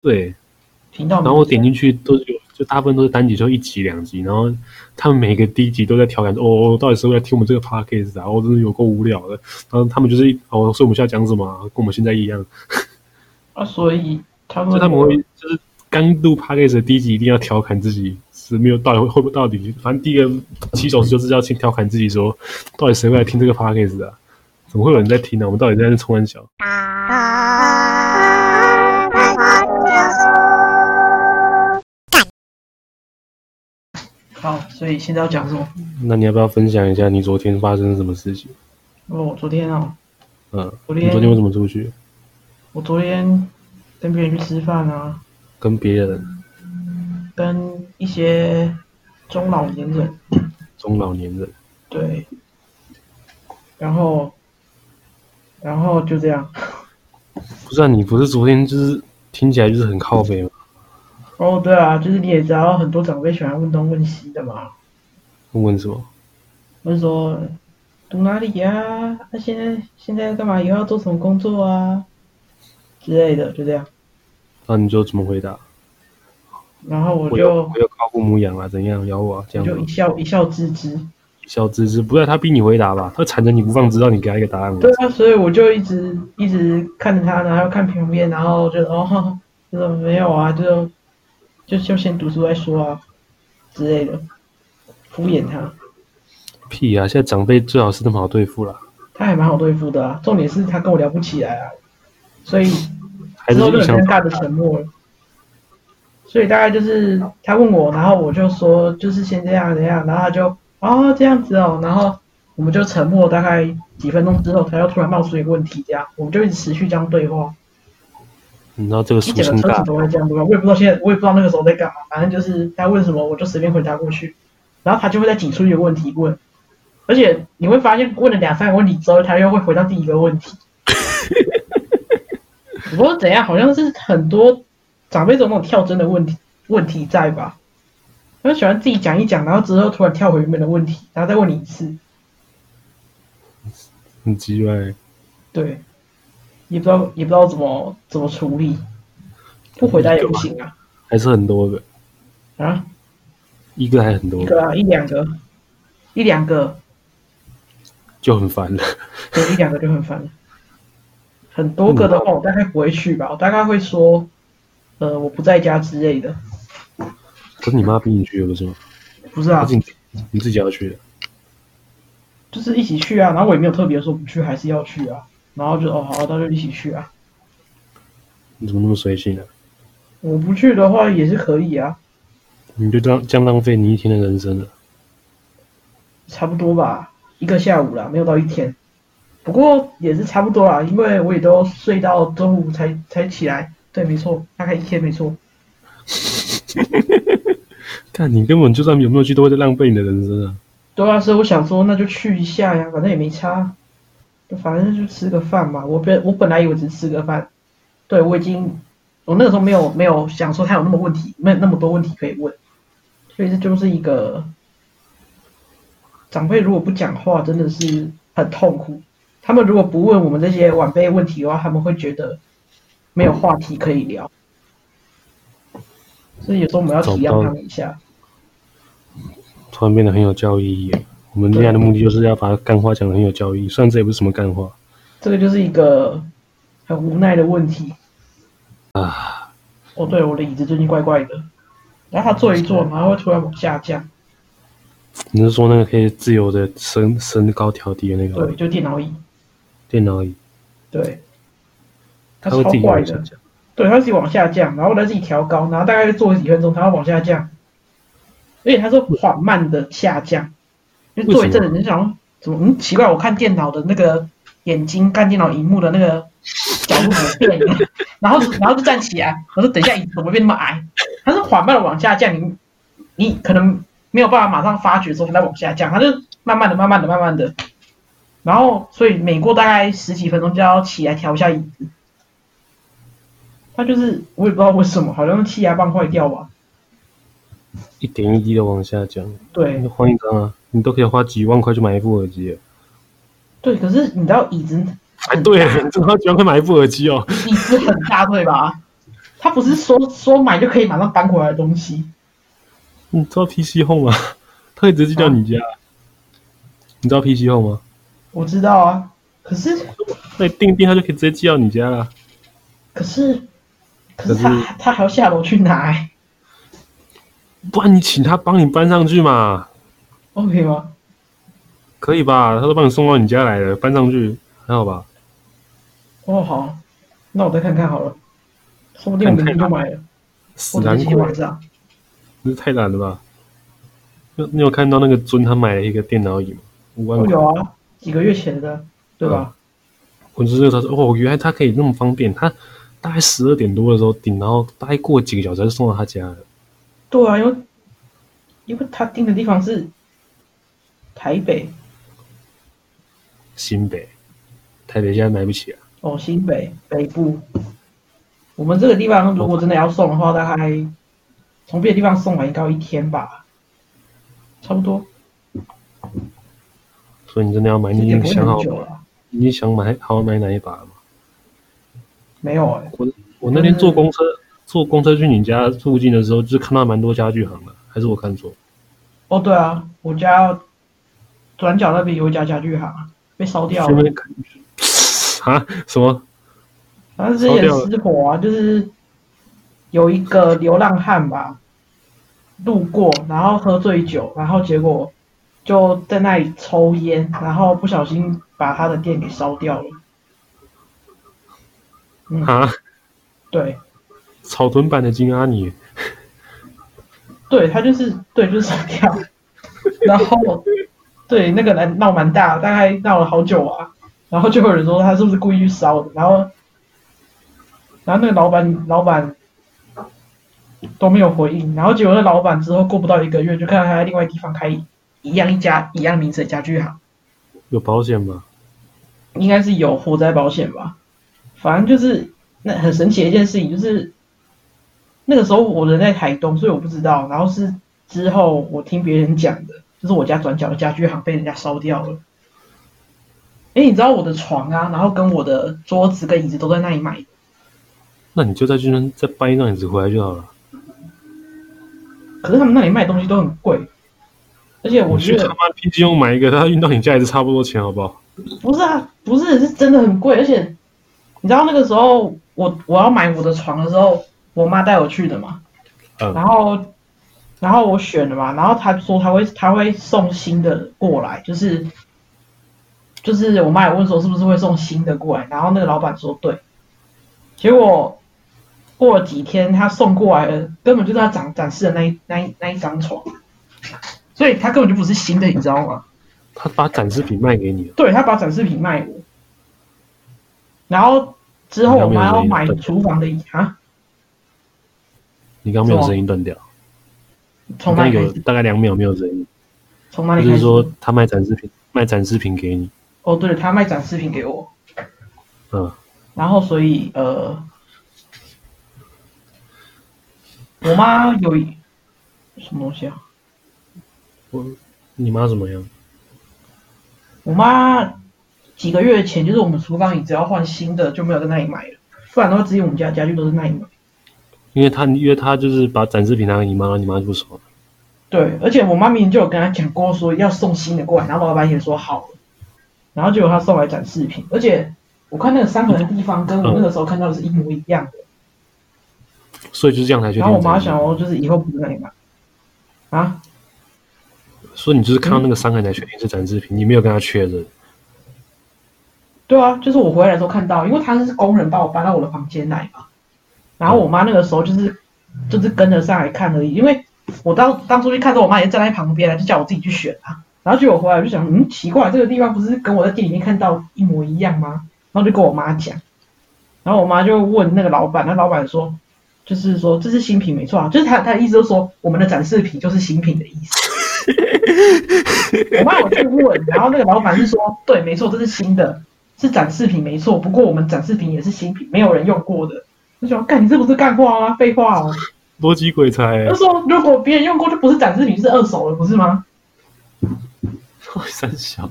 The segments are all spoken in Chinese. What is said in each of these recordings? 对，频道然后我点进去都有，就大部分都是单集，就一集两集，然后他们每个第一集都在调侃说，哦，到底是为了听我们这个 podcast 啊，我、真的有够无聊的。然后他们就是一哦，所以我们现在讲什么、啊，跟我们现在一样，啊，所以他就们他们会就是刚录 podcast 的第一集一定要调侃自己是没有到底会不到底，反正第一个起手式就是要先调侃自己说，到底谁会来听这个 podcast 啊？怎么会有人在听呢、啊我们到底在那冲很小？ Ah, podcast. 好，所以现在要讲什么？那你要不要分享一下你昨天发生什么事情？哦，我昨天啊，嗯，昨你天昨天为什么出去？我昨天跟别人去吃饭啊，跟别人跟一些中老年人中老年人。对，然后然后就这样。不是啊，你不是昨天就是听起来就是很靠北吗？哦，对啊，就是你也知道，很多长辈喜欢问东问西的嘛，问什么？问说读哪里呀、啊？那、现在现在干嘛？以后要做什么工作啊？之类的，就这样。那、你就怎么回答？然后我我就有我有靠父母养啊，怎样咬我啊？这我样就吗一笑一笑置之。小芝芝，不是他逼你回答吧？他缠着你不放，直到你给他一个答案为止。对啊，所以我就一直一直看着他，然后看旁边，然后就哦， 就说没有啊，就就就先读书再说啊之类的，敷衍他，屁啊！现在长辈最好是那么好对付啦，他还蛮好对付的啊。重点是他跟我聊不起来啊，所以还是之后就一很想尴尬的沉默了。所以大概就是他问我，然后我就说就是先这样这样，然后他就哦这样子哦，然后我们就沉默大概几分钟之后，他又突然冒出一个问题，这样我们就一直持续这样对话。你知道这个一属整个性车大子，都会这样对吧？我也不知道现在，我也不知道那个时候在干嘛，反正就是他问什么我就随便回答过去，然后他就会再挤出一个问题问，而且你会发现问了两三个问题之后，他又会回到第一个问题。不过怎样，好像是很多长辈总有那种跳针的问题问题在吧？他喜欢自己讲一讲，然后之后突然跳回原本的问题，然后再问你一次，很奇怪。对，也不知道也不知道怎么怎么处理，不回答也不行啊还是很多个，啊！一个还很多一个，个啊，一两个，一两个，就很烦了。 对，一两个就很烦了。很多个的话，我大概不会去吧，我大概会说，呃，我不在家之类的。可是你妈逼你去的不是吗？不是啊而且，你你自己要去的，就是一起去啊，然后我也没有特别说不去，还是要去啊。然后就哦好，那就一起去啊。你怎么那么随性啊？我不去的话也是可以啊，你就当这样浪费你一天的人生了。差不多吧，一个下午啦，没有到一天。不过也是差不多啦，因为我也都睡到中午才才起来。对，没错，大概一天没错。看你根本就算有没有去，都会在浪费你的人生啊。对啊，所以我想说，那就去一下呀，反正也没差，啊反正就吃个饭嘛。我本我本来以为只是吃个饭，对我已经，我那个时候没有没有想说他有那么问题，没有那么多问题可以问，所以这就是一个长辈如果不讲话，真的是很痛苦。他们如果不问我们这些晚辈问题的话，他们会觉得没有话题可以聊，所以有时候我们要体谅他们一下。突然变得很有教育意义了。我们现在的目的就是要把干话讲得很有教育意义，虽然这也不是什么干话这个就是一个很无奈的问题。啊。哦，对，我的椅子最近怪怪的，然后它坐一坐，然后会突然往下降。你是说那个可以自由的升升高调低的那个对，就电脑椅，电脑椅，对，它它会超自己怪往下的，降？对，它自己往下降，然后它自己调高，然后大概坐几分钟，它会往下降，而且它是缓慢的下降。就坐一阵子，你就想说怎么？嗯，奇怪，我看电脑的那个眼睛，看电脑荧幕的那个角度怎么变了？ 然后就然后就站起来，我说等一下椅子怎么变那么矮？它是缓慢的往下降，你你可能没有办法马上发觉说它在往下降，它就慢慢的、慢慢的、慢慢的，然后所以每过大概十几分钟就要起来调一下椅子。它就是我也不知道为什么，好像是气压棒坏掉吧？一点一滴的往下降。对那换一张啊，你都可以花几万块去买一副耳机了。啊对，可是你知道椅子啊哎，对，你真的花几万块买一副耳机哦。椅子很大对吧？它不是说说买就可以马上搬回来的东西。你知道 PC Home 吗？它可以直接寄到你家。啊你知道 PC Home 吗？我知道啊，可是那你订订它就可以直接寄到你家了。可是可可是是他他还要下楼去拿、欸、不然你请他帮你搬上去嘛， ，OK 吗？可以吧？他都帮你送到你家来了，搬上去还好吧？哦好，那我再看看好了，说不定我明天就买了，死或者难今天过晚，上。这太难了吧？你有你有看到那个尊他买了一个电脑椅吗？五万哦块。有啊，几个月前的，对吧？我就知道说，哦，原来他可以那么方便。他大概十二点多的时候订，然后大概过几个小时就送到他家了。对啊，因为因为他订的地方是台北新北、台北现在买不起啊，哦，新北北部。我们这个地方如果真的要送的话，大概从别的地方送完应该要一天吧，差不多。所以你真的要买，这哎你已也经不会想好很，久了，你已经想买好买哪一把了吗？没有哎、我那天坐公车，坐公车去你家附近的时候，就是看到蛮多家具行的，还是我看错？哦，对啊，我家转角那边有一家家具行啊被烧掉顺了，便看 啊什么？反正之前烧掉了失火啊，就是有一个流浪汉吧，路过，然后喝醉酒，然后结果就在那里抽烟，然后不小心把他的店给烧掉了。嗯啊，对，草屯版的金阿尼，对他就是对就是烧掉，然后对那个人闹蛮大，大概闹了好久啊，然后就有人说他是不是故意去烧的，然后然后那个老板老板都没有回应，然后结果那老板之后过不到一个月，就看到他在另外地方开一样一家一样名字的家具行，有保险吗？应该是有火灾保险吧，反正就是那很神奇的一件事情，就是那个时候我人在台东，所以我不知道。然后是之后我听别人讲的，就是我家转角的家具行被人家烧掉了。哎，你知道我的床啊，然后跟我的桌子跟椅子都在那里买的，那你就再去那再搬一张椅子回来就好了。可是他们那里卖的东西都很贵，而且我你觉去得他妈 P G 用买一个，他运到你家也是差不多钱，好不好？不是啊，不是是真的很贵，而且你知道那个时候我我要买我的床的时候，我妈带我去的嘛，嗯然后然后我选了嘛，然后她说她会她会送新的过来，就是就是我妈也问说是不是会送新的过来，然后那个老板说对，结果过了几天他送过来了，根本就是他展展示的那一那一那一张床，所以他根本就不是新的，你知道吗？他把展示品卖给你了，啊对他把展示品卖我，然后之后我妈要买厨房的椅啊，你刚刚没有什么声音断掉，啊从哪刚里开有始？大概两秒没有声音，从哪就里开是始？说他卖展示品，卖展示品给你，哦，对，他卖展示品给我，嗯，然后所以呃，我妈有一什么东西啊？我你妈怎么样？我妈几个月前就是我们厨房椅只要换新的就没有在那里买了，不然的话之前我们家的家具都是那里买。因为他因为他就是把展示品拿给你妈，然后你妈就不爽了。对，而且我妈明明就有跟他讲过说要送新的过来，然后老板也说好了，然后结果他送来展示品，而且我看那个三个人的地方跟我那个时候看到的是一模一样的，所以就是这样才决定。然后我妈想，说就是以后不是那里买啊，所以你就是看到那个伤痕才确定是展示品，你没有跟他确认。对啊，就是我回来的时候看到，因为他是工人把我搬到我的房间来嘛，然后我妈那个时候就是就是跟着上来看而已，因为我当当初去看的时候，我妈也站在旁边了，就叫我自己去选啊，然后结果我回来我就想，嗯，奇怪，这个地方不是跟我在店里面看到一模一样吗？然后就跟我妈讲，然后我妈就问那个老板，那老板说，就是说这是新品没错啊，就是他他的意思就是说我们的展示品就是新品的意思。 我妈有去问，然后那个老板是说，对，没错，这是新的，是展示品没错，不过我们展示品也是新品，没有人用过的。我想，干你这不是干话吗？废话哦。逻辑鬼才、他欸，说，如果别人用过，就不是展示品，是二手了，不是吗？嗯 三小，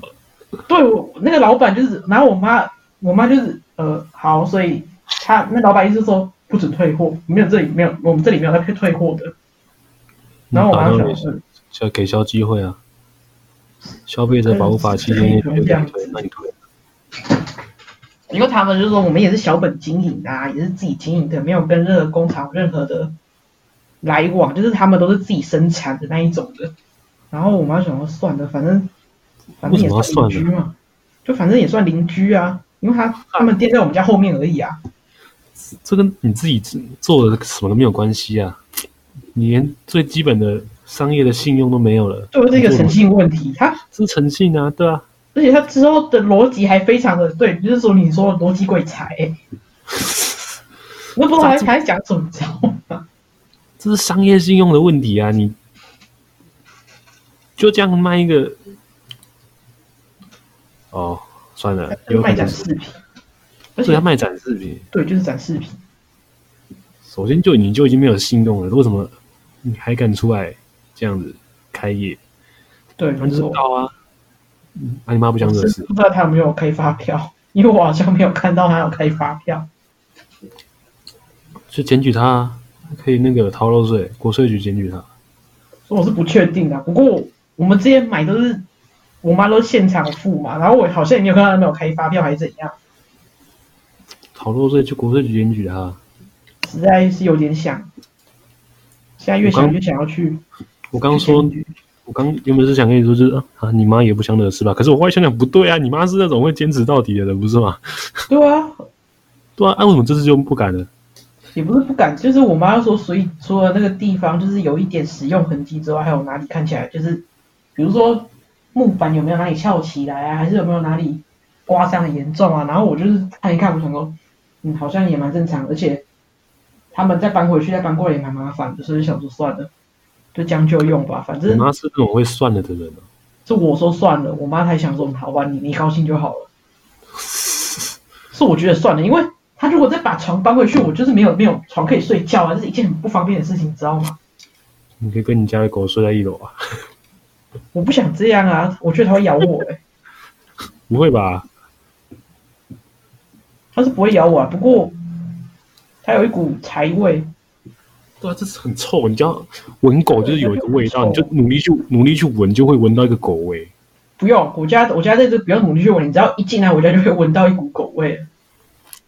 对我那个老板就是，然后我妈，我妈就是呃，好，所以他那老板意思说，不准退货，没有这里没有，我们这里没有在退退货的。然后我打妈到想你说，嗯就给消机会啊。消费者保护法期间内绝对不能退，那你退。因为他们就说我们也是小本经营的、啊，也是自己经营的，没有跟任何工厂有任何的来往，就是他们都是自己生产的那一种的。然后我妈想说算了，反正反正为也什么算要邻居嘛，就反正也算邻居啊，因为他他们店在我们家后面而已啊。这跟你自己做的什么都没有关系啊！你连最基本的商业的信用都没有了，就是一个诚信问题。他这是诚信啊，对啊，而且他之后的逻辑还非常的对，就是说你说的逻辑鬼才、欸，我都不知道他他在讲什么，你知道吗？这是商业信用的问题啊！你就这样卖一个，哦，算了，有可卖能展是示品，而对且他卖展示品，对，就是展示品。首先就你就已经没有信用了，为什么你还敢出来这样子开业？对，那就是我告啊！嗯啊，你妈不讲我惹是事，不知道他有没有开发票，因为我好像没有看到他有开发票。去检举他、啊，可以那个逃漏税，国税局检举他。所以我是不确定啊的。不过我我们之前买都是我妈都是现场付嘛，然后我好像也没有看到他没有开发票还是怎样，逃漏税去国税局检举他。啊实在是有点想。现在越我想刚越想要去。我刚说去检举，我刚原本是想跟你说，就是啊啊，你妈也不想惹事吧？可是我后来想想不对啊，你妈是那种会坚持到底的人，不是吗？对啊，对啊，啊为什么这次就不敢了？也不是不敢，就是我妈说，所以除了那个地方就是有一点使用痕迹之外，还有哪里看起来就是，比如说木板有没有哪里翘起来啊，还是有没有哪里刮伤很严重啊？然后我就是看一看，我想说，嗯，好像也蛮正常，而且他们再搬回去再搬过来也蛮麻烦的，所以就想说算了，就将就用吧，反你正妈是那种会算了的人啊。是我说算了，我妈才想说，嗯好吧，你你高兴就好了。 是我觉得算了，因为她如果再把床搬回去，我就是没有没有床可以睡觉啊，这是一件很不方便的事情，你知道吗？你可以跟你家的狗睡在一楼啊？我不想这样啊，我觉得它会咬我哎、欸，不会吧？它是不会咬我啊，不过它有一股柴味，对啊，这是很臭，你只要闻狗就是有一个味道，对你就努力去努力去闻，就会闻到一个狗味。不用，我家我家在这不要努力去闻，你只要一进来我家就会闻到一股狗味了。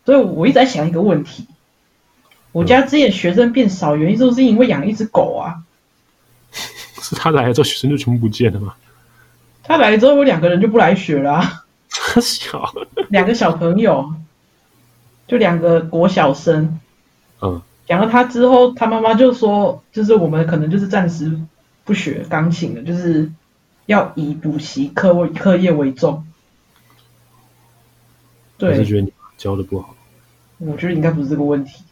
所以我一直在想一个问题，我家之前学生变少，原因就是因为养了一只狗啊。是他来了之后，学生就全部不见了 吗？他来之后，我两个人就不来学了啊、他小，两个小朋友，就两个国小生。嗯，讲了他之后，他妈妈就说，就是我们可能就是暂时不学钢琴了，就是要以补习课为课业为重。我是对，觉得你妈教的不好。我觉得应该不是这个问题。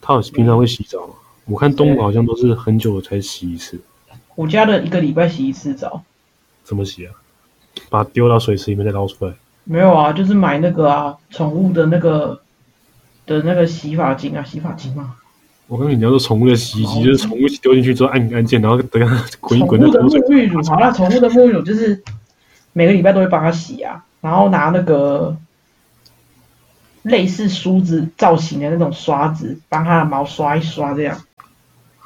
他好像平常会洗澡吗？我看动物好像都是很久才洗一次，我家的一个礼拜洗一次澡，怎么洗啊？把它丢到水池里面再捞出来。没有啊，就是买那个啊宠物的那个的那个洗发精啊，洗发精嘛、我跟你要说宠物的洗衣机，就是宠物丢进去之后按按键，然后等它滚一宠物滚再的脱 水。沐浴乳，好啦，宠物的沐浴乳就是每个礼拜都会帮它洗啊，然后拿那个类似梳子造型的那种刷子，帮它的毛刷一刷这样。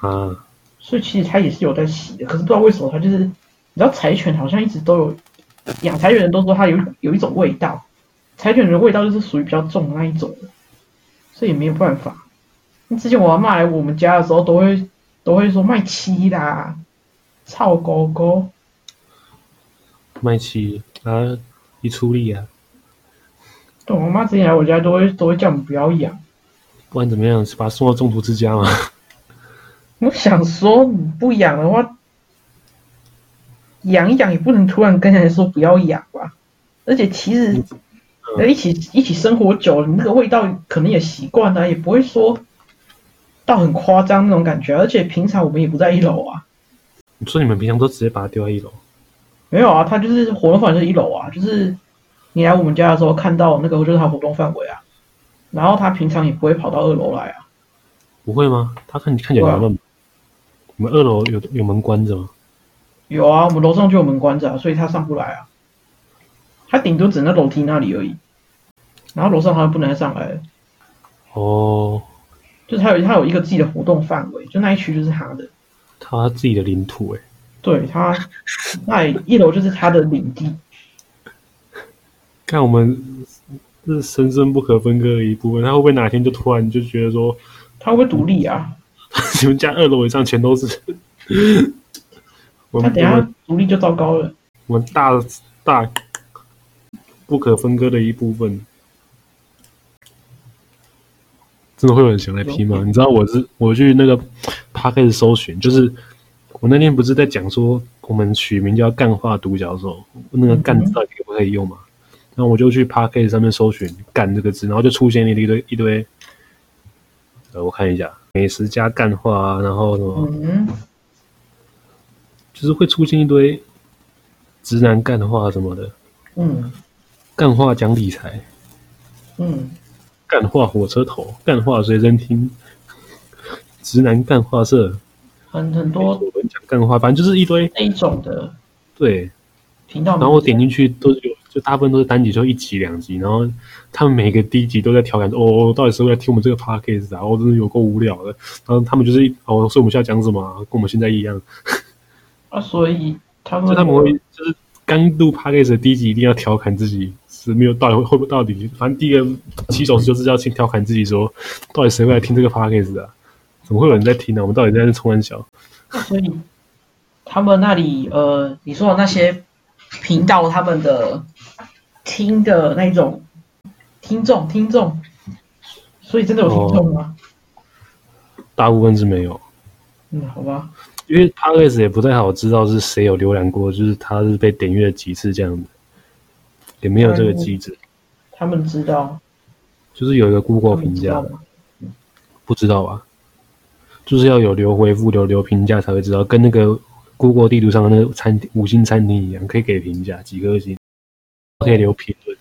啊，所以其实它也是有在洗的，可是不知道为什么它就是，你知道柴犬好像一直都有，养柴犬的人都说它有一有一种味道，柴犬的味道就是属于比较重的那一种的，所以也没有办法。那之前我阿妈来我们家的时候，都会都会说卖漆啦，臭狗狗。卖气啊，一出力啊，对，我妈之前来我家都会都会叫我们不要养。不然怎么样？是把它送到中途之家嘛？我想说，你不养的话，养一养也不能突然跟人说不要养吧。而且其实嗯，呃一起一起生活久了，你那个味道可能也习惯了，也不会说到很夸张那种感觉。而且平常我们也不在一楼啊， 你说你们平常都直接把它丢在一楼，没有啊，它就是活动范围就是一楼啊，就是你来我们家的时候看到那个就是它活动范围啊。然后它平常也不会跑到二楼来啊，不会吗？它看看起来很闷。你们二楼有有门关着吗？有啊，我们楼上就有门关着、啊，所以他上不来啊。他顶多只能在楼梯那里而已，然后楼上他就不能再上来了。哦，就是他有他有一个自己的活动范围，就那一区就是他的，他自己的领土、欸，哎，对他那一楼就是他的领地，看我们是深深不可分割的一部分。他会不会哪天就突然就觉得说， 他会不会独立啊？你们家二楼以上全都是 我他们等一下独立就糟糕了。我们大大不可分割的一部分。真的会有人想来批吗？你知道我是我去那个 p a c k e 搜寻，就是我那天不是在讲说我们取名叫“干话独角兽”，那个“干”字到底可不可以用嘛？然后我就去 p a c k e 上面搜寻“干”这个字，然后就出现了一堆一堆，呃，我看一下，美食加干话啊，然后什么。嗯，就是会出现一堆直男干话什么的，嗯干话讲理财，嗯，干话火车头，干话随身听，直男干话社，很很我多们讲干话，反正就是一堆那一种的对。频道名字。然后我点进去都有，就大部分都是单集，就一集两集，然后他们每个第一集都在调侃说，哦，到底是为了听我们这个 podcast 啊？我真的有够无聊的。然后他们就是一哦，所以我们现在讲什么、啊，跟我们现在一样，啊，所以他就们他们会就是刚录 podcast 的第一集一定要调侃自己是没有到底会不到底，反正第一个起手式就是要先调侃自己说，到底谁会来听这个 podcast 啊？怎么会有人在听呢、啊我们到底在冲很小？所以他们那里呃，你说的那些频道，他们的听的那种听众听众，所以真的有听众哦吗？大部分是没有，嗯，好吧，因为 podcast 也不太好知道是谁有浏览过，就是他是被点阅几次这样的，也没有这个机制，他们知道，就是有一个 Google 他们评知价道，吗？不知道吧？就是要有留回复、留留评价才会知道，跟那个 Google 地图上的那个餐厅五星餐厅一样，可以给评价几颗星，可以留评论。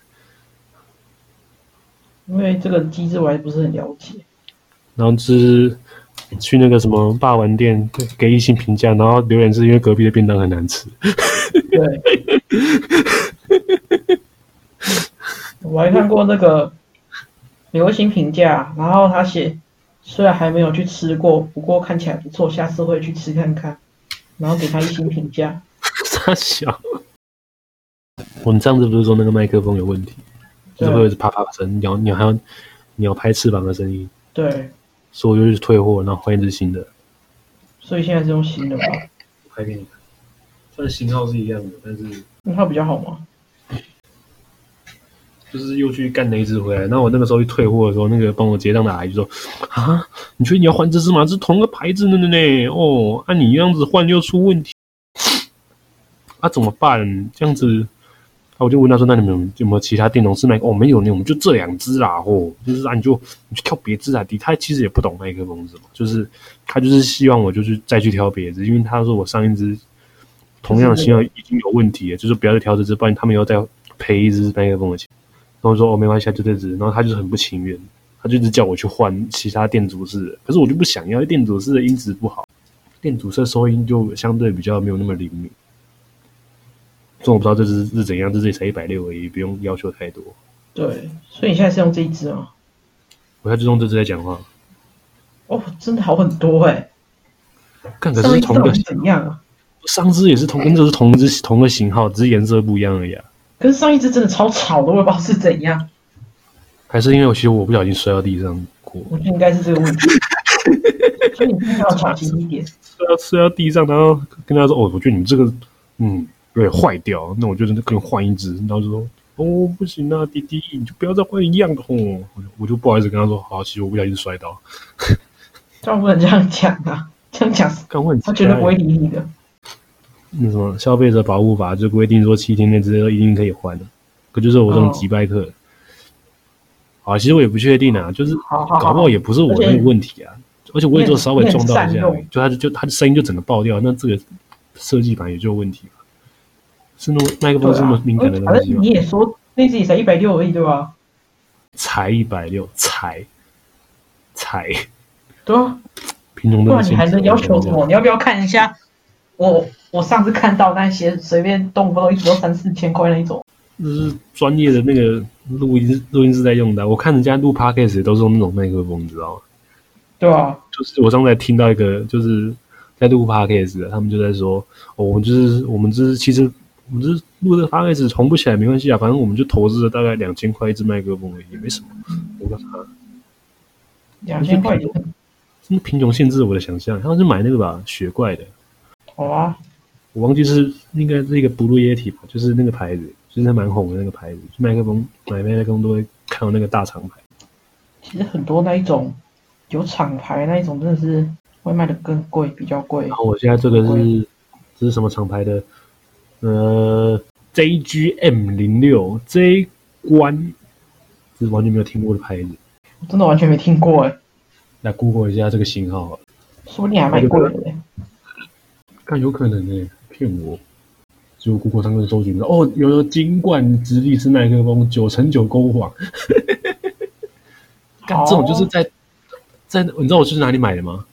因为这个机制我还不是很了解。然后就是去那个什么霸王店给一星评价，然后留言是因为隔壁的便当很难吃。对，我还看过那个流行评价，然后他写虽然还没有去吃过，不过看起来不错，下次会去吃看看，然后给他一星评价。傻小。我们上次不是说那个麦克风有问题，就对是会有一直啪啪的声音，鸟鸟还有鸟拍翅膀的声音，对，所以我就去退货，然后换一只新的。所以现在是用新的吧？拍给你看，虽然型号是一样的，但是那它比较好吗？就是又去干了一只回来。那我那个时候去退货的时候，那个帮我结账的阿姨就说：“啊，你确定你要换这只吗？这是同个牌子的呢。哦，按、你这样子换又出问题，啊怎么办？这样子。”啊，我就问他说：“那你们有有没有其他电容式麦克？哦，没有呢，我们就这两只啦。哦，就是啊，你就你去挑别只啊。”他其实也不懂麦克风是什么，就是他就是希望我就是再去挑别只，因为他说我上一只同样的型号已经有问题了，就是不要再挑这只，不然他们要再赔一只麦克风的钱。然后我说哦没关系，啊，就这只。然后他就是很不情愿，他就一直叫我去换其他电阻式的，可是我就不想要，因为电阻式的音质不好，电阻式的收音就相对比较没有那么灵敏。虽然我不知道这只是怎样，这只也才一百六而已，不用要求太多。对，所以你现在是用这一支吗？我现在就用这只在讲话，哦，真的好很多哎、看可上是一支同到个底是怎样啊？上只也是同跟这是同一只同个型号，只是颜色不一样而已、啊。可是上一支真的超吵的，我也不知道是怎样，还是因为我其实我不小心摔到地上过，我觉得应该是这个问 题。所以你真的要小心一点。摔到摔到地上，然后跟他说：“哦，我觉得你们这个，嗯，有点坏掉，那我就真的跟换一只。”然后就说：“哦，不行啊，弟弟，你就不要再换一样的哦。”我就我就不好意思跟他说：“好，其实我不小心摔倒。但不能这样讲啊，这样讲”看问他绝对不会理你的。那什么消费者保护法就规定说七天内之后一定可以换的，可就是我这种哦几百克。啊，其实我也不确定啊，就是好好好，搞不好也不是我那个问题啊，而且我也就稍微撞到一你很善下而已用，就他就就他的声音就整个爆掉，那这个设计版也就有问题吧？是那种麦克风对啊是那么敏感的反东西正吗你？也说那自己才一百六而已，对吧？才一百六，才才对啊，贫穷不的然你还能要求什么？？你要不要看一下？我我上次看到那些随便动不动一直都三四千块那一种，这是专业的那个录音录音师在用的啊，我看人家录 podcast 也都是用那种麦克风，你知道吗？对吧？就是我刚才听到一个，就是在录 podcast 的，他们就在说，哦，我们就是我们就是其实我们就是录的 podcast 红不起来没关系啊，反正我们就投资了大概两千块一支麦克风而已，也没什么。我干啥？两千块钱，真的贫穷限制了我的想象。他们是买那个吧，雪怪的，好啊，我忘记是应该是一个 Blue Yeti 吧，就是那个牌子，就是蛮红的那个牌子，就麦克风买麦克风都会看到那个大厂牌。其实很多那一种有厂牌那一种，真的是会卖的更贵，比较贵然。后我现在这个是这是什么厂牌的？呃，JGM 零六 J 关，这是完全没有听过的牌子。我真的完全没听过哎，来 Google 一下这个型号好了，说不定还蛮贵的嘞。看有可能呢、欸骗我。只有 Google 上面搜寻到哦，有了金冠直立式麦克风，九乘九勾谎。干这种就是在在你知道我去哪里买的吗？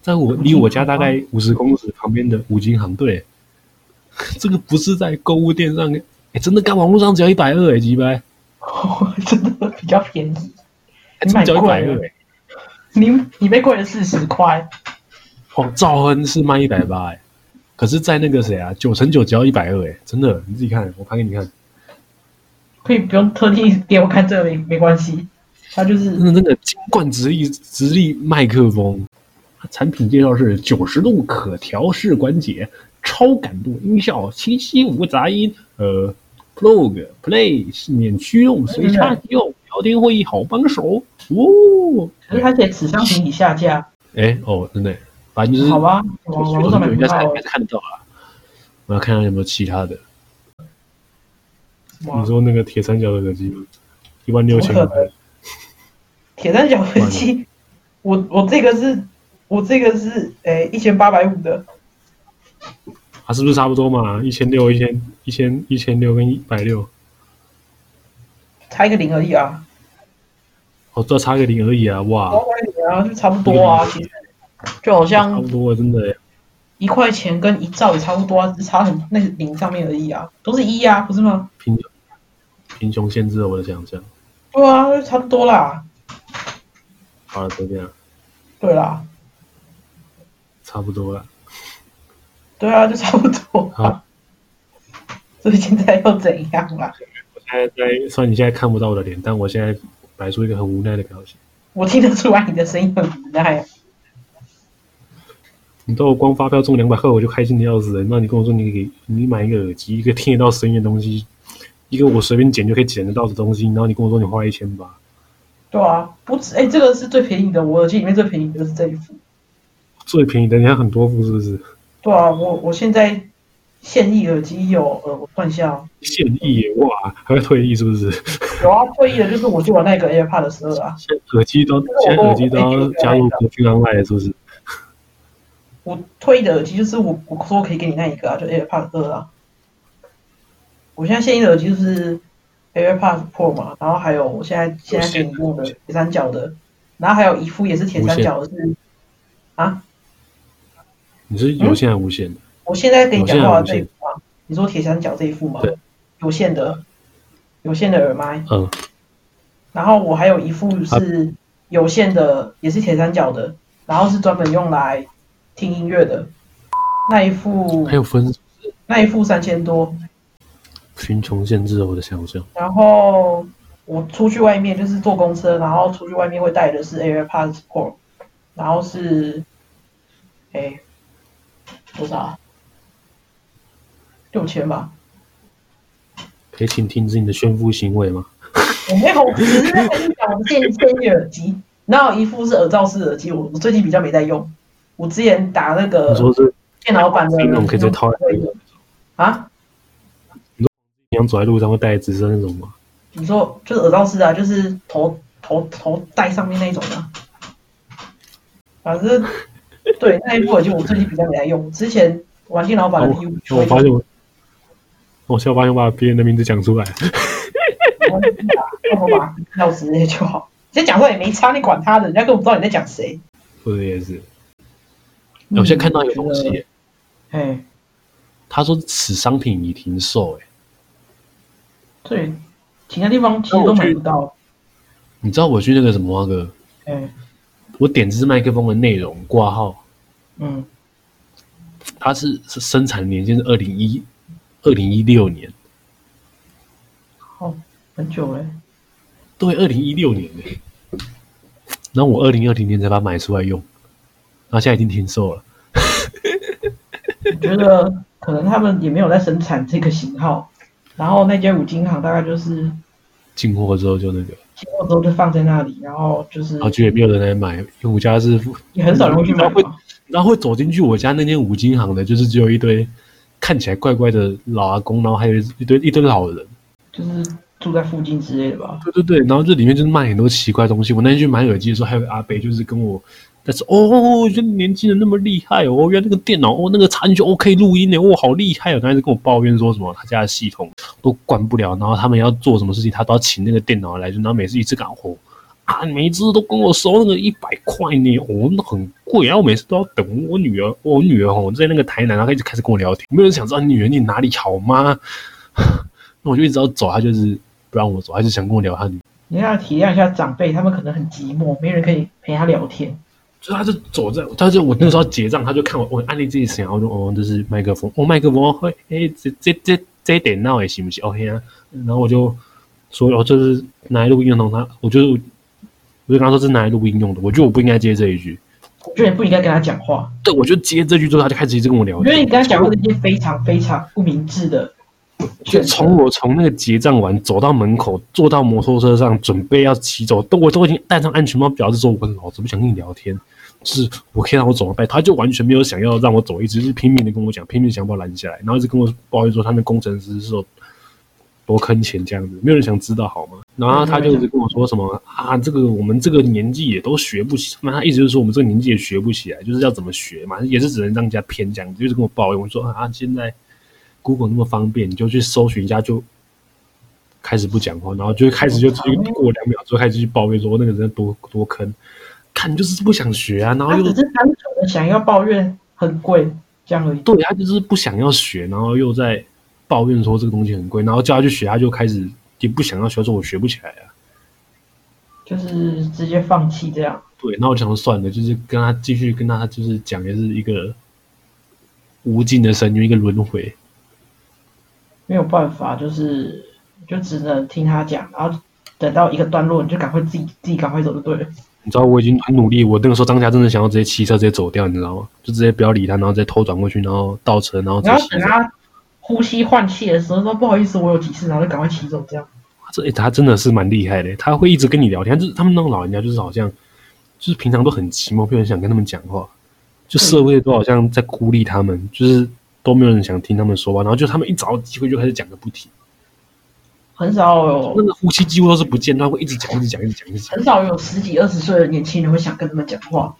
在我离我家大概五十公尺旁边的五金行。对， 这个不是在购物店上，哎、真的干网络上只要一百二哎，几百，哦 真的比较便宜。哎真的只要一百你买二过哎，你你被贵了四十块，哦，兆亨是卖一百八哎，可是，在那个谁啊，九乘九只要一百二哎，真的，你自己看，我拍给你看，可以不用特地给我看这个没没关系，它就是真的真的金冠直立直立麦克风，它产品介绍是九十度可调式关节，超感度音效，清晰无杂音，呃，plug play 免驱嗯动，随插即用，聊天会议好帮手哦。可是它写此商品已下架，哎哦，真的，反正就是好吧，我网网络觉上买得应不该是到应该是看得到啦。我要看看有没有其他的。哇你说那个铁三角的耳机吗？一万六千哦不可能铁三角耳机，我我这个是，我这个是诶一千八百五的，啊，是不是差不多嘛？一千六、一千、一千、一千六跟一百六，差一个零而已啊，哦，这差个零而已啊！哇，八百五啊，就差不多啊，其实就好嗯差像不多，真的耶。一块钱跟一兆也差不多啊，只是差很那个零上面而已啊，都是一啊，不是吗？贫穷，贫穷限制了我的想象。对啊，就差不多啦，好了，就这样，对啦，差不多了。对啊，就差不多啊好。 所以现在又怎样啦？我现在在，虽然你现在看不到我的脸，但我现在摆出一个很无奈的表情。我听得出来你的声音很无奈啊。你知道我光发票中两百块，我就开心的要死了。那你跟我说你给你买一个耳机，一个听得到声音的东西，一个我随便捡就可以捡得到的东西，然后你跟我说你花一千八，对啊，不止哎、这个是最便宜的，我耳机里面最便宜的就是这一副。最便宜的你还很多副是不是？对啊，我我现在现役耳机有呃，我算一下、哦，现役耶哇，还会退役是不是？有啊，退役的就是我去玩那个 AirPods 十二啊，现在耳机都现在耳机都要加入国军 online 了是不是？我退役的耳机就是我我说可以给你那一个啊，就 AirPods 二啊。我现在现役的耳机就是 AirPods Pro 嘛，然后还有我现在现在给你用的铁三角的，然后还有一副也是铁三角的是啊，你是有线还是无线的？我现在跟你讲话的这一副啊，你说铁三角这一副吗对？有线的，有线的耳麦。嗯，然后我还有一副是有线的，也是铁三角的，然后是专门用来听音乐的。那一副还有分那一副三千多，贫穷限制了我的想象。然后我出去外面就是坐公车，然后出去外面会带的是 AirPods Pro，然后是哎多少啊六千吧？可以请停止你的炫富行为吗？我没有，我只是在跟你讲，我现现役耳机，然后一副是耳罩式耳机，我我最近比较没在用。我之前打那个你说是电脑版的那种可以直接套在身上，啊？你想走在路上会带直升那种吗？你说就是耳罩式啊，就是头头头戴上面那一种的、啊。反正对那一副耳机我最近比较没在用，之前玩电脑版的哦 U 我发现我，我现在发现我把别人的名字讲出来，我我把钥匙那些就好，直接讲出来也没差，你管他的，人家根本不知道你在讲谁。我的也是。嗯哎我现在看到一个东西耶，哎，他说此商品已停售，哎，对，其他地方其实都买不到。你知道我去那个什么那个哎，我点这支麦克风的内容挂号，嗯，它是是生产年限是二零一二零一六年，好，很久嘞、对，二零一六年呢、然后我二零二零年才把它买出来用，然后现在已经停售了。我觉得可能他们也没有在生产这个型号，然后那间五金行大概就是进货之后就那个，经过之后就放在那里，然后就是然后就也没有人来买，因为我家是也很少人会去买然后会嘛。然后会走进去我家那间五金行的，就是只有一堆看起来怪怪的老阿公，然后还有一堆一堆老人。就是住在附近之类的吧。对对对，然后这里面就是卖很多奇怪的东西。我那天去买耳机的时候，还有个阿伯就是跟我在说：“哦，这年轻人那么厉害哦，原来那个电脑哦，那个插进去 OK 录音呢，哦，好厉害哦。”他一直跟我抱怨说什么他家的系统都关不了，然后他们要做什么事情，他都要请那个电脑来，就然后每次一次搞活。啊，每一次都跟我收那个一百块呢，哦，那很贵，然后每次都要等我女儿，我女儿哦在那个台南，然后她一直开始跟我聊天，没有人想知道你女儿你哪里好吗？那我就一直要走，她就是不让我走，她就想跟我聊她女你要体谅一下长辈，他们可能很寂寞，没人可以陪他聊天。就他就走在，他就我那时候要结账，他就看我，我按你自己想，我就哦，这是麦克风，哦，麦克风会，哎，这这这这一点闹也行不行？OK 啊，然后我就说，哦，这是拿来录音用的，他我就我就跟他说这是拿来录音用的，我觉得我不应该接这一句，我觉得你不应该跟他讲话，对，我就接这句之后，他就开始一直跟我聊我觉得你跟他讲话是一件非常非常不明智的就选择。从我从那个结账完走到门口，坐到摩托车上，准备要骑走，都我都已经戴上安全帽，表示说我老子不想跟你聊天，就是我可以让我走拜，他就完全没有想要让我走，一直是拼命的跟我讲，拼命想把我拦下来，然后一直跟我抱怨说他们工程师是有多坑钱这样子，没有人想知道好吗？然后他就一直跟我说什么啊，这个我们这个年纪也都学不起，那他一直就说我们这个年纪也学不起来，就是要怎么学嘛，也是只能让人家偏这样子，就是跟我抱怨，我说啊，现在 Google 那么方便，你就去搜寻一下就。开始不讲话，然后就开始就就过两秒之后开始去抱怨说哦那个人多多坑，看就是不想学啊，然后他又只是单纯的想要抱怨很贵这样而已。对他就是不想要学，然后又在抱怨说这个东西很贵，然后叫他去学，他就开始也不想要学，说我学不起来啊。就是直接放弃这样。对，那我想说算了，就是跟他继续跟他就是讲，也是一个无尽的深渊，一个轮回。没有办法，就是就只能听他讲，然后等到一个段落，你就赶快自己自己赶快走就对了。你知道我已经很努力，我那个时候当下真的想要直接骑车直接走掉，你知道吗？就直接不要理他，然后再偷转过去，然后倒车，然后直然接后骑等走。他呼吸换气的时候说不好意思，我有急事，然后就赶快骑走这样。这、欸、他真的是蛮厉害的，他会一直跟你聊天，就是他们那种老人家就是好像就是平常都很寂寞，没有人想跟他们讲话，就社会都好像在孤立他们，就是都没有人想听他们说话，然后就他们一找到机会就开始讲个不停，很少有那个呼吸几乎都是不间断，会一直讲一直讲一直讲一直讲。很少有十几二十岁的年轻人会想跟他们讲话，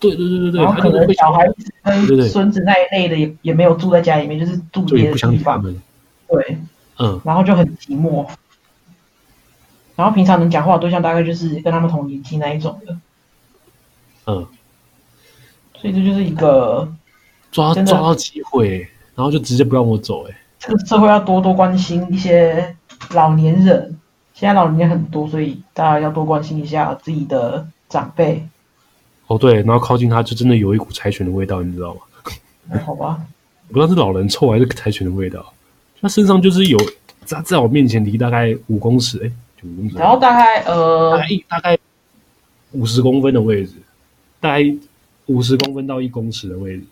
对对对对对，然他后可就是能会小想孩子对对跟孙子那一类的也也没有住在家里面，就是住就别也的不想地理他方，们，对，嗯，然后就很寂寞。然后平常能讲话的对象大概就是跟他们同年纪那一种的，嗯，所以这就是一个抓真的抓到机会，然后就直接不让我走、欸，哎，这个社会要多多关心一些老年人。现在老年人很多，所以大家要多关心一下自己的长辈，哦对，然后靠近他就真的有一股柴犬的味道，你知道吗？好吧？我不知道是老人臭还是柴犬的味道，他身上就是有，他在我面前离大概五公尺，哎、就五公尺，然后大概呃大概，一大概五十公分的位置，大概五十公分到一公尺的位置，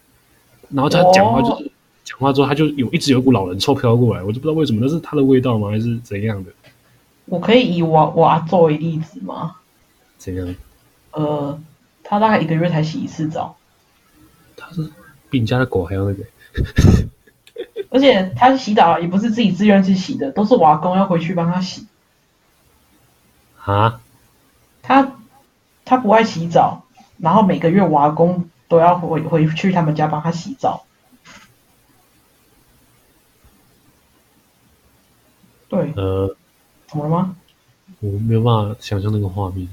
然后他哦讲话就是、讲话之后，他就有一直有一股老人臭飘过来，我就不知道为什么，那是他的味道吗，还是怎样的？我可以以我我阿做为例子吗？怎样？呃，他大概一个月才洗一次澡，他是比你家的狗还要那个，而且他洗澡也不是自己自愿去洗的，都是我阿公要回去帮他洗。啊？他他不爱洗澡，然后每个月我阿公都要回回去他们家帮他洗澡。对，呃，怎么了吗？我没有办法想象那个画面，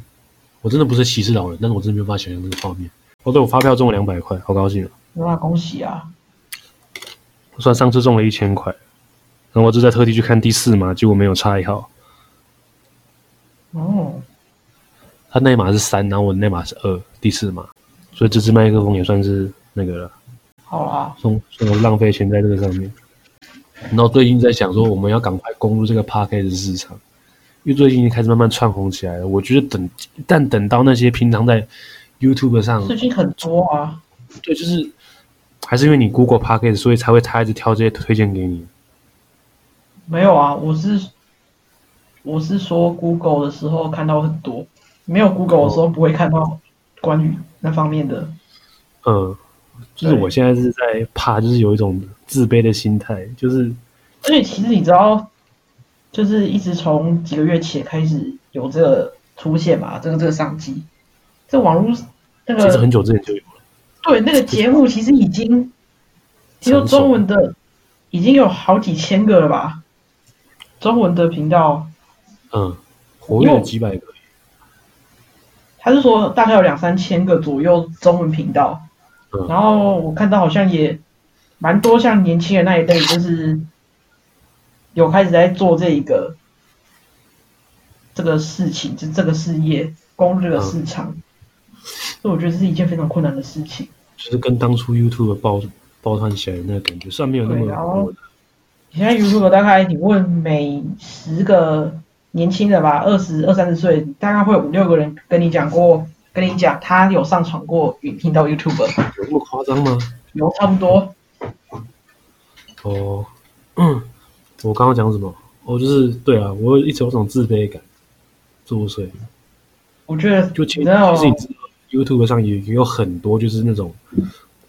我真的不是歧视老人，但是我真的没有办法想象那个画面。哦，对，我发票中了两百块，好高兴啊！有阿恭喜啊！我算上次中了一千块，然后我就在特地去看第四嘛，结果没有差一号。哦，他那一码是三，然后我那码是二，第四码，所以这支麦克风也算是那个了，好啦，送送我浪费钱在这个上面。然后最近在想说，我们要赶快攻入这个 p a r k a s 市场，因为最近已经开始慢慢窜红起来了。我觉得等一旦等到那些平常在 YouTube 上最近很多啊，对，就是还是因为你 Google p a c k a g e 所以才会他一直挑这些推荐给你。没有啊，我是我是说 Google 的时候看到很多，没有 Google 的时候不会看到关于那方面的。嗯，就是对我现在是在怕，就是有一种自卑的心态，就是而且其实你知道，就是一直从几个月前开始有这个出现嘛，这个这个商机，这网络那其实个很久之前就有了。对那个节目其实已经，听说成熟中文的已经有好几千个了吧，中文的频道，嗯，活跃了几百个，他是说大概有两三千个左右中文频道嗯，然后我看到好像也蛮多像年轻人那一类，就是有开始在做这一个这个事情，就这个事业攻入这个市场，所以我觉得是一件非常困难的事情。就是跟当初 YouTube 爆爆窜起来的那个感觉，虽然没有那对然么后火你现在 YouTube 大概你问每十个年轻的吧，二十二三十岁，大概会有五六个人跟你讲过，跟你讲他有上传过影片到 YouTube，有那么夸张吗？有差不多。哦，嗯，我刚刚讲什么？哦，就是对啊，我一直有种自卑感作祟。我觉得就其你实知道其实你知道，YouTube 上也也有很多就是那种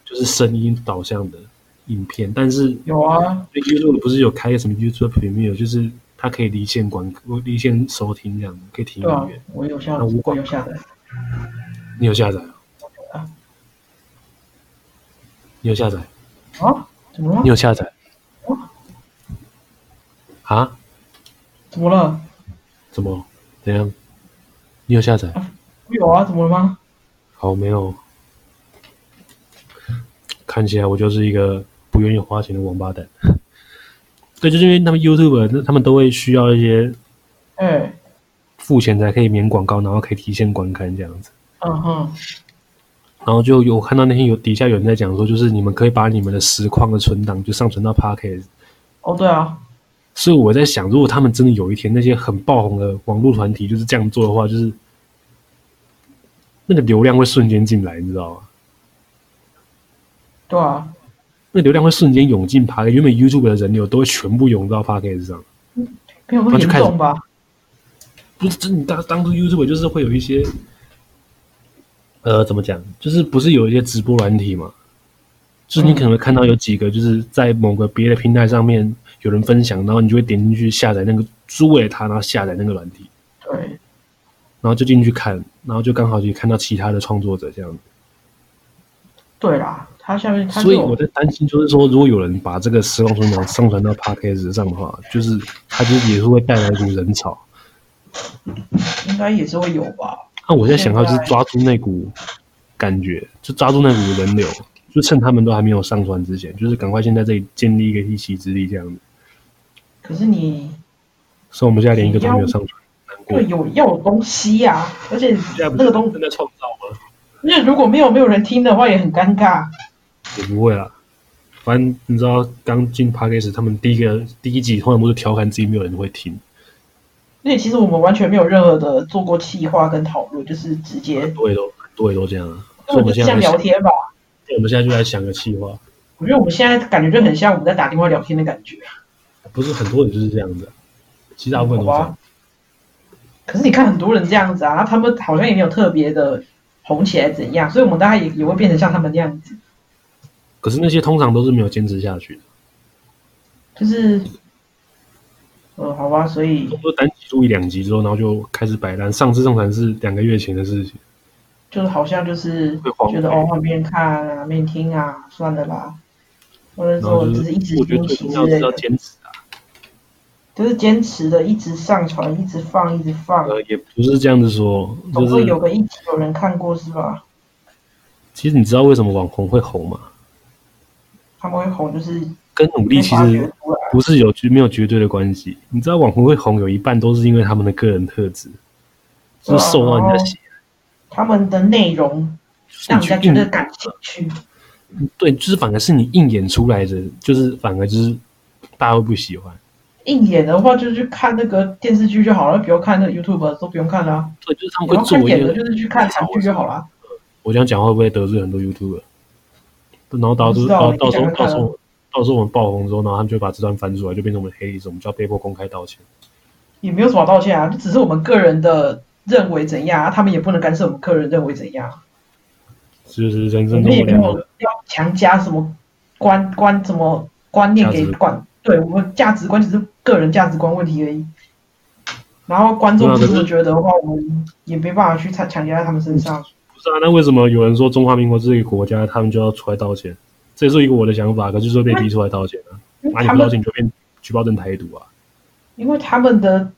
就是声音导向的影片，但是有啊， YouTube 不是有开个什么 YouTube Premium，就是它可以离线观离线收听这样，可以听对啊音乐。，我有下，那无我关有下载，你有下载啊啊？你有下载？啊？怎么你了？有下载？啊？怎么了？怎么？怎样？你有下载？我有啊，怎么了吗？好，没有。看起来我就是一个不愿意花钱的王八蛋。 对，就是因为他们 YouTube，那他们都会需要一些哎，付钱才可以免广告，然后可以提前观看这样子。嗯哼，然后就有看到那天有底下有人在讲说，就是你们可以把你们的实况的存档就上传到 Pocket。哦对啊，所以我在想，如果他们真的有一天那些很爆红的网络团体就是这样做的话，就是那个流量会瞬间进来，你知道吗？对啊，那流量会瞬间涌进 p a r k 原本 YouTube 的人流都会全部涌到 p a r k 上。没有那么那就严开始重吧？不是，这你当当初 YouTube 就是会有一些，呃，怎么讲？就是不是有一些直播软体嘛？就是你可能会看到有几个就是在某个别的平台上面有人分享，然后你就会点进去下载那个，是为了他，然后下载那个软体，对，然后就进去看，然后就刚好也看到其他的创作者这样子。对啦，它下面它所是以我有，在担心，就是说，如果有人把这个时光存档上传到 Podcast 上的话，就是它就是也是会带来一股人潮。应该也是会有吧？那我在想要就是现在抓住那股感觉，就抓住那股人流，就趁他们都还没有上船之前，就是赶快先在这里建立一个一席之地这样子。可是你所以我们现在连一个都没有上船，难过对。有要有东西呀、而且现在不那是个东，正在创造吗？因为如果没有没有人听的话，也很尴尬。也不会啦，反正你知道刚进 p a c k a g e 他们第一个第一集通常都是调侃自己没有人会听，而且其实我们完全没有任何的做过企划跟讨论，就是直接很，多也都很多也都这样啊。所以根我本就们是现在像在想聊天吧。我们现在就来想个计划，我觉得我们现在感觉就很像我们在打电话聊天的感觉。不是很多人就是这样的，其实大部分都是这好样吧。可是你看很多人这样子啊，他们好像也没有特别的红起来怎样，所以我们大概也也会变成像他们那样子，可是那些通常都是没有坚持下去的，就是，呃，好吧，所以都是单集录一两集之后，然后就开始摆烂。上次上传是两个月前的事情，就是好像就是会荒废觉得哦，没人看啊，没人听啊，算了啦，或者然后说就只是是一直我觉得听最起重要的之类是要的，坚持啊，就是坚持的一直上传，一直放，一直放，呃，也不是这样子说，就总会有是个一直有人看过是吧？其实你知道为什么网红会红吗？他们会红就是跟努力被其发掘实出来，不是有绝没有绝对的关哦系。你知道网红会红有一半都是因为他们的个人特质，就是受到人家喜爱，他们的内容让人家觉得感兴趣。对，就是反而是你硬演出来的，就是反而就是大家会不喜欢。硬演的话，就去看那个电视剧就好了，不用看那 YouTube 都不用看了、啊。对，就是他们会然后看做一演的，个。就是去看韩剧就好了。啊我这样讲话会不会得罪很多 YouTuber？然后到时不候到知道你到时候讲看到啊时候到时候我们爆红之后，然后他们就把这段翻出来，就变成我们黑历史，我们就要被迫公开道歉。也没有什么好道歉啊，就只是我们个人的认为怎样，啊他们也不能干涉我们个人认为怎样。啊这就是人我生们中也的没两有个要强加什么观观什么观念给价值管，对我们价值观只是个人价值观问题而已。然后观众对啊只可是是觉得的话，我们也没办法去强强加在他们身上。不是啊？那为什么有人说中华民国这个国家，他们就要出来道歉？这也是一个我的想法，可是就是被逼出来道歉啊！因那为你他不道们歉，你就变举报成台独啊！因为他们的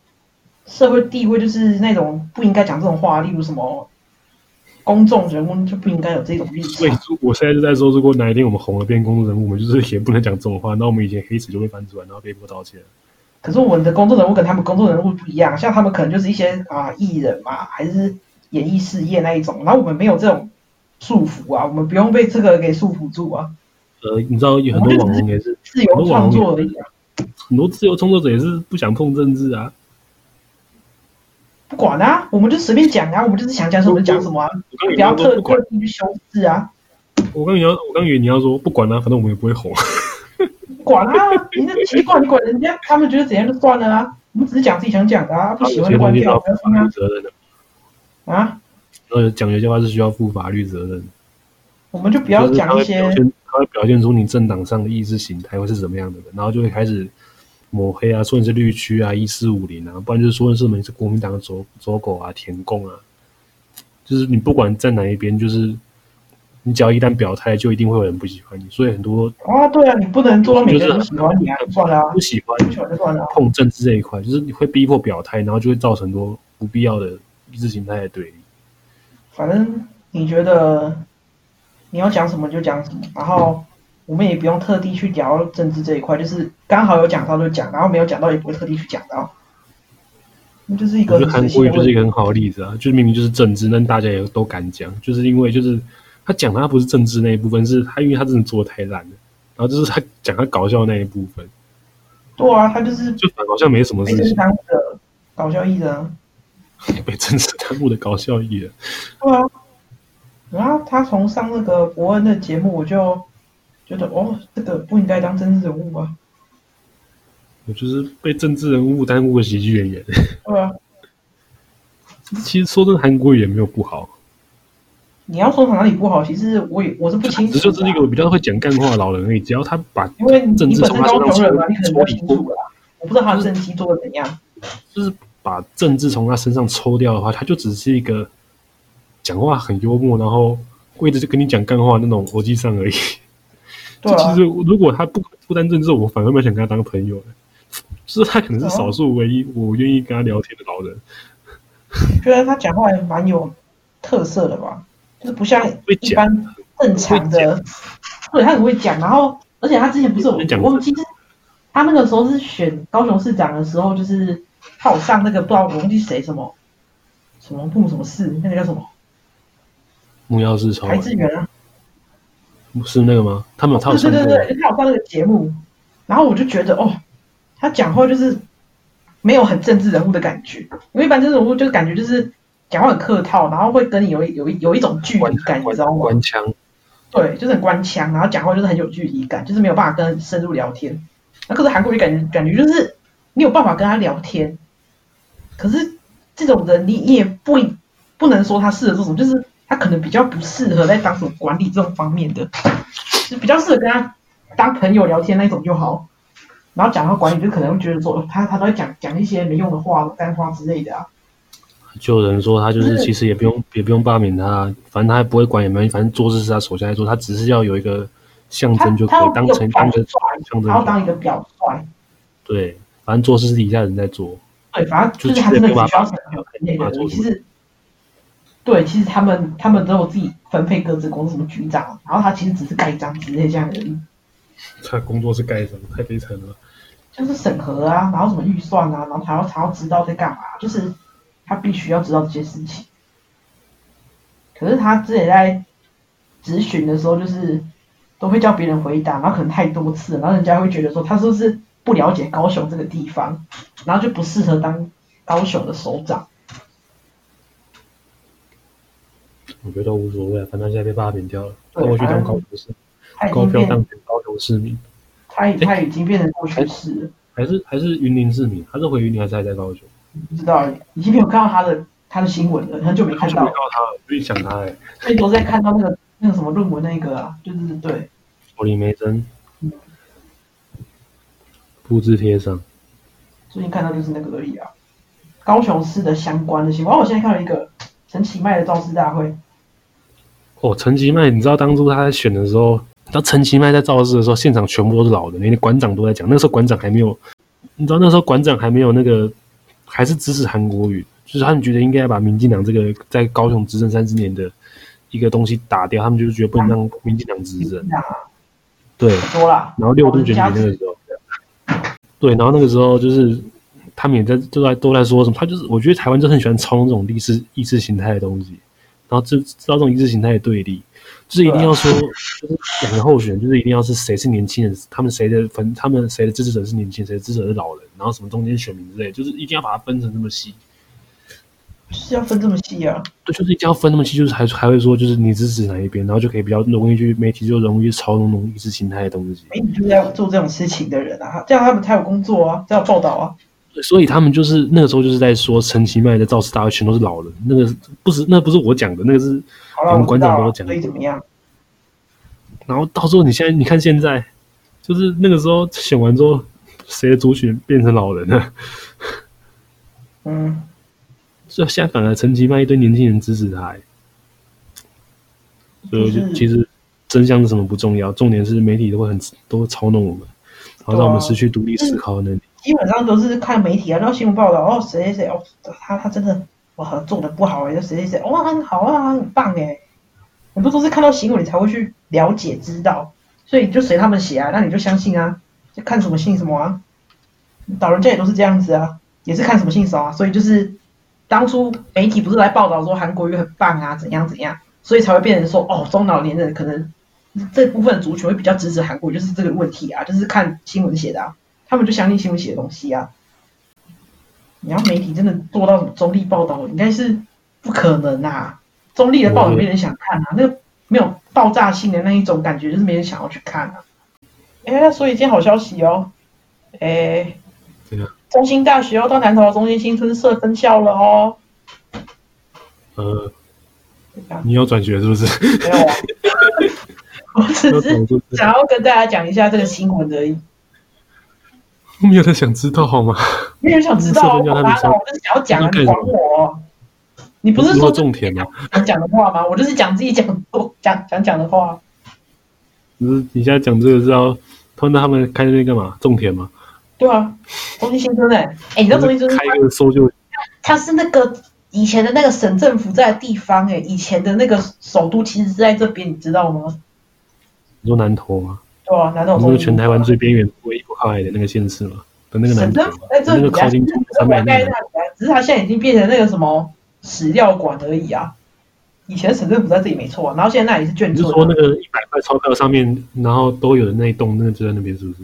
社会地位就是那种不应该讲这种话，例如什么公众人物就不应该有这种立所以场。我现在就在说，如果哪一天我们红了变公众人物，我们就是也不能讲这种话，那我们以前黑史就会翻出来，然后被迫道歉。可是我们的公众人物跟他们公众人物不一样，像他们可能就是一些啊艺人嘛，还是演艺事业那一种，然后我们没有这种束缚啊，我们不用被这个给束缚住啊，呃，你知道有很多网红也是，自由创作而已啊。很多自由创作者也是不想碰政治啊。不管啊，我们就随便讲啊，我们就是想讲什么就讲什么啊，我刚以为不要你说特不管特，地去修饰啊，我刚以为我刚以为你要说不管啊，反正我们也不会红。不管啊，你那奇怪，你管人家他们觉得怎样就算了啊，我们只是讲自己想讲的啊，不喜欢些就关东西是掉，要不负要法听啊律责任的，啊，呃，讲有些话是需要负法律责任的。我们就不不要讲一些他会表现出你政党上的意识形态会是什么样的人，然后就会开始抹黑啊，说你是绿区啊，一四五零啊，不然就是说是什么你是国民党的走走狗啊，舔共啊，就是你不管站哪一边，就是你只要一旦表态，就一定会有人不喜欢你，所以很多啊，对啊，你不能做到每个人都喜欢你啊，就是算了啊不，喜欢不喜欢就算了啊。碰政治这一块，就是你会逼迫表态，然后就会造成很多不必要的意识形态的对立。嗯反正你觉得你要讲什么就讲什么，然后我们也不用特地去聊政治这一块，就是刚好有讲到就讲，然后没有讲到也不会特地去讲到。那就是一我个觉得很韩国随性语的就问是一题。个很好的例子嗯啊，就是明明就是政治，但大家也都敢讲，就是因为就是他讲的他不是政治那一部分，是他因为他真的做的太烂了，然后就是他讲他搞笑那一部分，对啊，他就是就好像没什么被事政治情耽误的搞笑艺人啊。被政治耽误的搞笑艺人，对啊，然后他从上那个伯恩的节目，我就觉得哦，这个不应该当政治人物啊。我就是被政治人物耽误的喜剧演员。 对啊，其实说真的，韩国语也没有不好，你要说他哪里不好，其实我也我是不就清只楚、是啊。就是一个比较会讲干话的老人而已，只要他把因为你政你治本从身他高身上雄人嘛，抽你可能比较抽离清楚啦。啊我不知道他的政绩做的怎样，就是把政治从他身上抽掉的话，他就只是一个讲话很幽默，然后跪着就跟你讲干话那种逻辑上而已。 对就其啊实，如果他不不担政治，我反而蛮想跟他当朋友的。就是他可哦能是少数唯一我愿意跟他聊天的老人，觉得他讲话也蛮有特色的吧，就是不像会一讲般正常的，对他很会讲，然后而且他之前不是会讲我忘记是，他那个时候是选高雄市长的时候，就是他有上那个不知道我忘记谁什么什么部什么事，那个叫什么木曜是超台志远啊，是那个吗？他们有他有对上对过对对，他有上那个节目，然后我就觉得哦，他讲话就是没有很政治人物的感觉，因为一般政治人物就感觉就是讲话很客套，然后会跟你有一有一有一种距离感，你知道官吗？官腔，对，就是很官腔，然后讲话就是很有距离感，就是没有办法跟人深入聊天。那可是韩国人感觉感觉就是你有办法跟他聊天，可是这种人你你也不一不能说他适合这种，就是他可能比较不适合在当什么管理这种方面的，就比较适合跟他当朋友聊天那种就好。然后讲到管理，就可能会觉得说哦他他都在讲讲一些没用的话、干话之类的啊。就有人说他就不是是其实也不用也不用罢免他，反正他不会管也没关系，反正做事是他手下来做，他只是要有一个象他征就可他以要当一个成表当成率，象征他要就当一好，个表率。对，反正做事是底下人在做。对，反正就是他真的只需要成有分内的人。其实，对，其实他们他们都有自己分配各自工作，什么局长，然后他其实只是盖章之类这样而已， 他工作是干什么？太悲惨了。就是审核啊，然后什么预算啊，然后他要他要知道在干嘛，就是他必须要知道这些事情。可是他之前在咨询的时候，就是都会叫别人回答，然后可能太多次了，然后人家会觉得说他是不是不了解高雄这个地方，然后就不适合当高雄的首长。我觉得无所谓，啊反正现在被罢免掉了，那对我去当高雄市，他已高经票变，当选高雄市民，他已他已经变成过去式了，还是还是云林市民，他是回云林还是还在高雄？不知道耶已经没有看到他的他的新闻了，很久没好看久到没了看。到他了，最想他哎，最多在看到那个那个什么论文那个啊，就是对，我李梅珍，嗯复制贴上，最近看到就是那个而已啊。高雄市的相关的新闻，哦我现在看到一个陈其迈的造势大会，哦，陈其迈，你知道当初他在选的时候，你知道陈其迈在造势的时候，现场全部都是老的，连馆长都在讲。那时候馆长还没有，你知道那时候馆长还没有那个，还是支持韩国语，就是他们觉得应该要把民进党这个在高雄执政三十年的一个东西打掉，他们就是觉得不能让民进党执政。那对，很多啦，然后六度选举那个时候，对，然后那个时候就是他们也在都在都在说什么，他就是我觉得台湾就很喜欢操弄这种意识意识形态的东西，然后就知道这种意识形态的对立，就是一定要说，就是两个候选人就是一定要是谁是年轻人，他们谁的分，他们谁的支持者是年轻人，谁的支持者是老人，然后什么中间选民之类，就是一定要把它分成那么细。就是要分这么细啊。对，就是一定要分那么细，就是还还会说，就是你支持哪一边，然后就可以比较容易去媒体就容易去操弄那种意识形态的东西。哎，你就是要做这种事情的人啊，这样他们才有工作啊，才有报道啊。所以他们就是那个时候就是在说陈其迈的造势大会全都是老人，那个不是那不是我讲的，那个是。好了，我们知馆道长都了，讲所以怎么样？然后到时候你现在你看现在，就是那个时候选完之后，谁的族群变成老人了？嗯，所以现在反而陈其迈一堆年轻人支持他、欸所以我觉就得是其实真相是什么不重要，重点是媒体都会很都会操弄我们，然后让我们失去独立思考的能力。基本上都是看媒体啊，然后新闻报道哦，谁谁谁哦，他他真的哇做的不好哎，谁谁谁哇很好啊，他很棒哎，你不都是看到新闻你才会去了解知道，所以你就随他们写啊，那你就相信啊，就看什么信什么啊，老人家也都是这样子啊，也是看什么信什么啊，所以就是当初媒体不是来报道说韩国瑜很棒啊，怎样怎样，所以才会变成说哦，中老年人可能这部分族群会比较支持韩国瑜，就是这个问题啊，就是看新闻写的啊。他们就相信新闻写的东西啊。你要媒体真的做到什么中立报道，应该是不可能啊。中立的报道没人想看啊，那个没有爆炸性的那一种感觉，就是没人想要去看啊。哎、那所以一件好消息哦，哎、对啊，中兴大学哦要到南投的中心新村社分校了哦。呃，对啊你要转学是 不是？没有啊， 我只要是转就是 想要跟大家讲一下这个新闻而已。没有人想知道好吗？没有人想知道社啊，分我叫他管们他嗯说呢，我就是想要讲啊，你管我哦。你不是说说种田吗？我讲的话吗？我就是讲自己讲讲讲讲的 话。啊只是你现在讲这个是要，他们他们开那边干嘛？种田吗？对啊，中心新村哎、哎、你知道中心新村开一个搜救，它是那个以前的那个省政府在的地方哎、以前的那个首都其实是在这边，你知道吗？你说南投吗？对啊，难道你我说中全台湾最边缘唯一不靠海的那个县市吗？的那个南省投政吗府在？这那里个啊，靠只近是三我百在那里里的，啊，只是它现在已经变成那个什么史料馆而已啊。以前省政府在这里没错、啊，然后现在那里是眷你是村啊、说那个一百块钞票上面，然后都有的那一栋，那个就在那边是不是？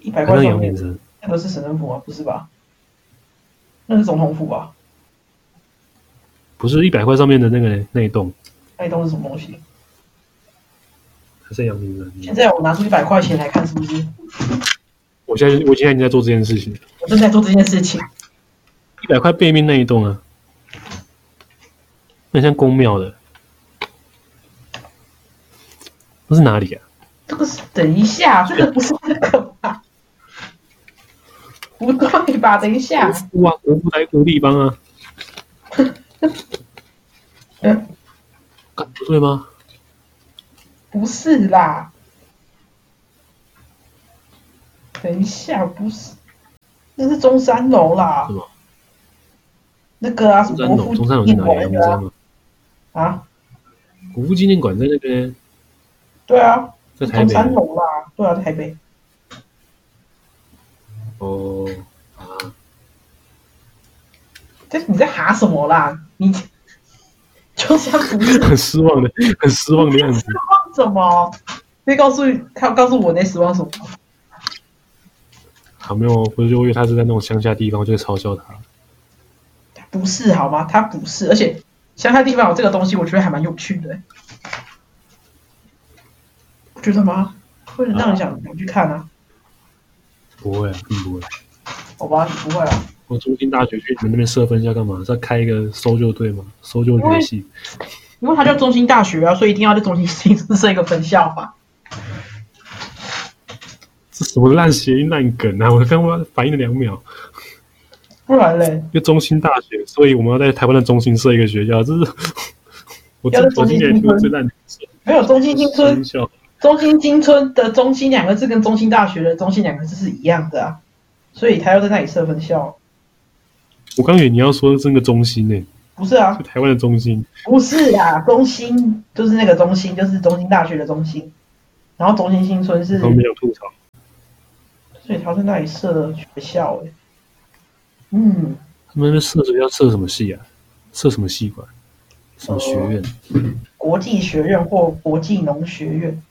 一百还块在上阳面明？山，那个是省政府吗？不是吧？那是总统府吧？不是一百块上面的那个那一栋，那一栋是什么东西？还在阳明山现。在我拿出一百块钱来看，是不是？我现在我现在已经在做这件事情，一我正在做这件事情。百块背面那一栋啊，那像公庙的，那是哪里啊？这个是等一下，这个不是那个吧？不对吧？等一下国，父啊，国父来国立邦啊， 嗯，干不对吗？不是啦。等一下，不是，那是中山楼啦是吗。那个啊，什中山么国楼，父中山楼纪在念哪里啊？阳馆那明个山啊吗？啊？国父纪念馆在那边，对啊，在台中北。山楼啦，对啊，在台北。哦，啊，这你在哈什么啦？你就是他不是很失望的，很失望的样子。 什么？可以告诉他告诉我那十万什么？好，没有，不是就因为他是在那种乡下地方，我就会嘲笑他。不是好吗？他不是，而且乡下地方有这个东西，我觉得还蛮有趣的、欸。不觉得吗？会让人想想去看啊？不会啊，并不会。好吧，你不会啊？我中兴大学去你们那边设分校干嘛？是要开一个搜救队吗？搜救学系？因为它叫中心大学啊，所以一定要在中心 设一个分校吧。这什么烂谐音烂梗啊！我刚刚反应了两秒。不然嘞，因为中心大学，所以我们要在台湾的中心设一个学校。这是我要在我中今心年新听过最村，烂的没有中心新村分，校。中心新村的“中心”两个字跟中心大学的“中心”两个字是一样的啊，所以他要在那里设分校。我刚以为你要说这个中心呢、不是啊就，台湾的中心。不是啊，中心就是那个中心，就是中心大学的中心，然后中心新村是然，后没有吐槽，所以他在那里设学校诶、嗯，他们那边设学校设什么系啊？设什么系馆？什么学院？国际学院或国际农学院，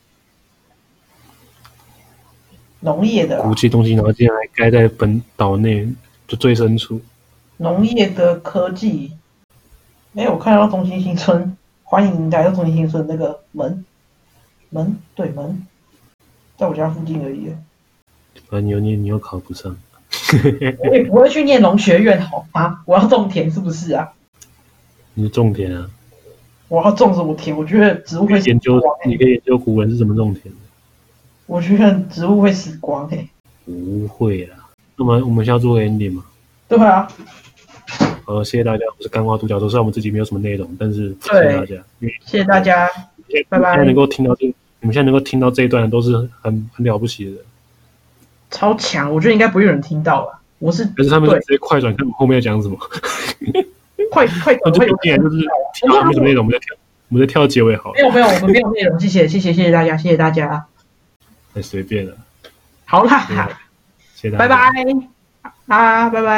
农业的啊啦国，际东西，然后竟然还盖在本岛内就最深处。农业的科技。哎，我看到中心新村，欢迎来到中心新村那个门，门对门，在我家附近而已耶。啊，你又你你又考不上，我也不会去念农学院好吗？我要种田是不是啊？你是重点啊！我要种什么田？我觉得植物会死研究光哎、你可以研究古人是怎么种田的。我觉得植物会死光哎、不会啦，那么我们现在做个 ending 嘛。对啊，好，呃谢谢大家，我是干花独角兽。虽然我们自己没有什么内容，但是谢对谢大家。因为谢谢大家，现在拜拜现在能够听到这，你们现在能够听到这一段的都是很很了不起的人，超强！我觉得应该不会有人听到吧？我是可是他们对直接快转看我们后面在讲什么。快快那 转就快不点进来就是听到没什么内容，我们再跳，我们再跳结尾好没了，有没有，我们没有内容，谢谢谢谢谢谢大家，谢谢大家。太随便了，好对啦，嗯谢谢大拜家。拜啊，拜拜。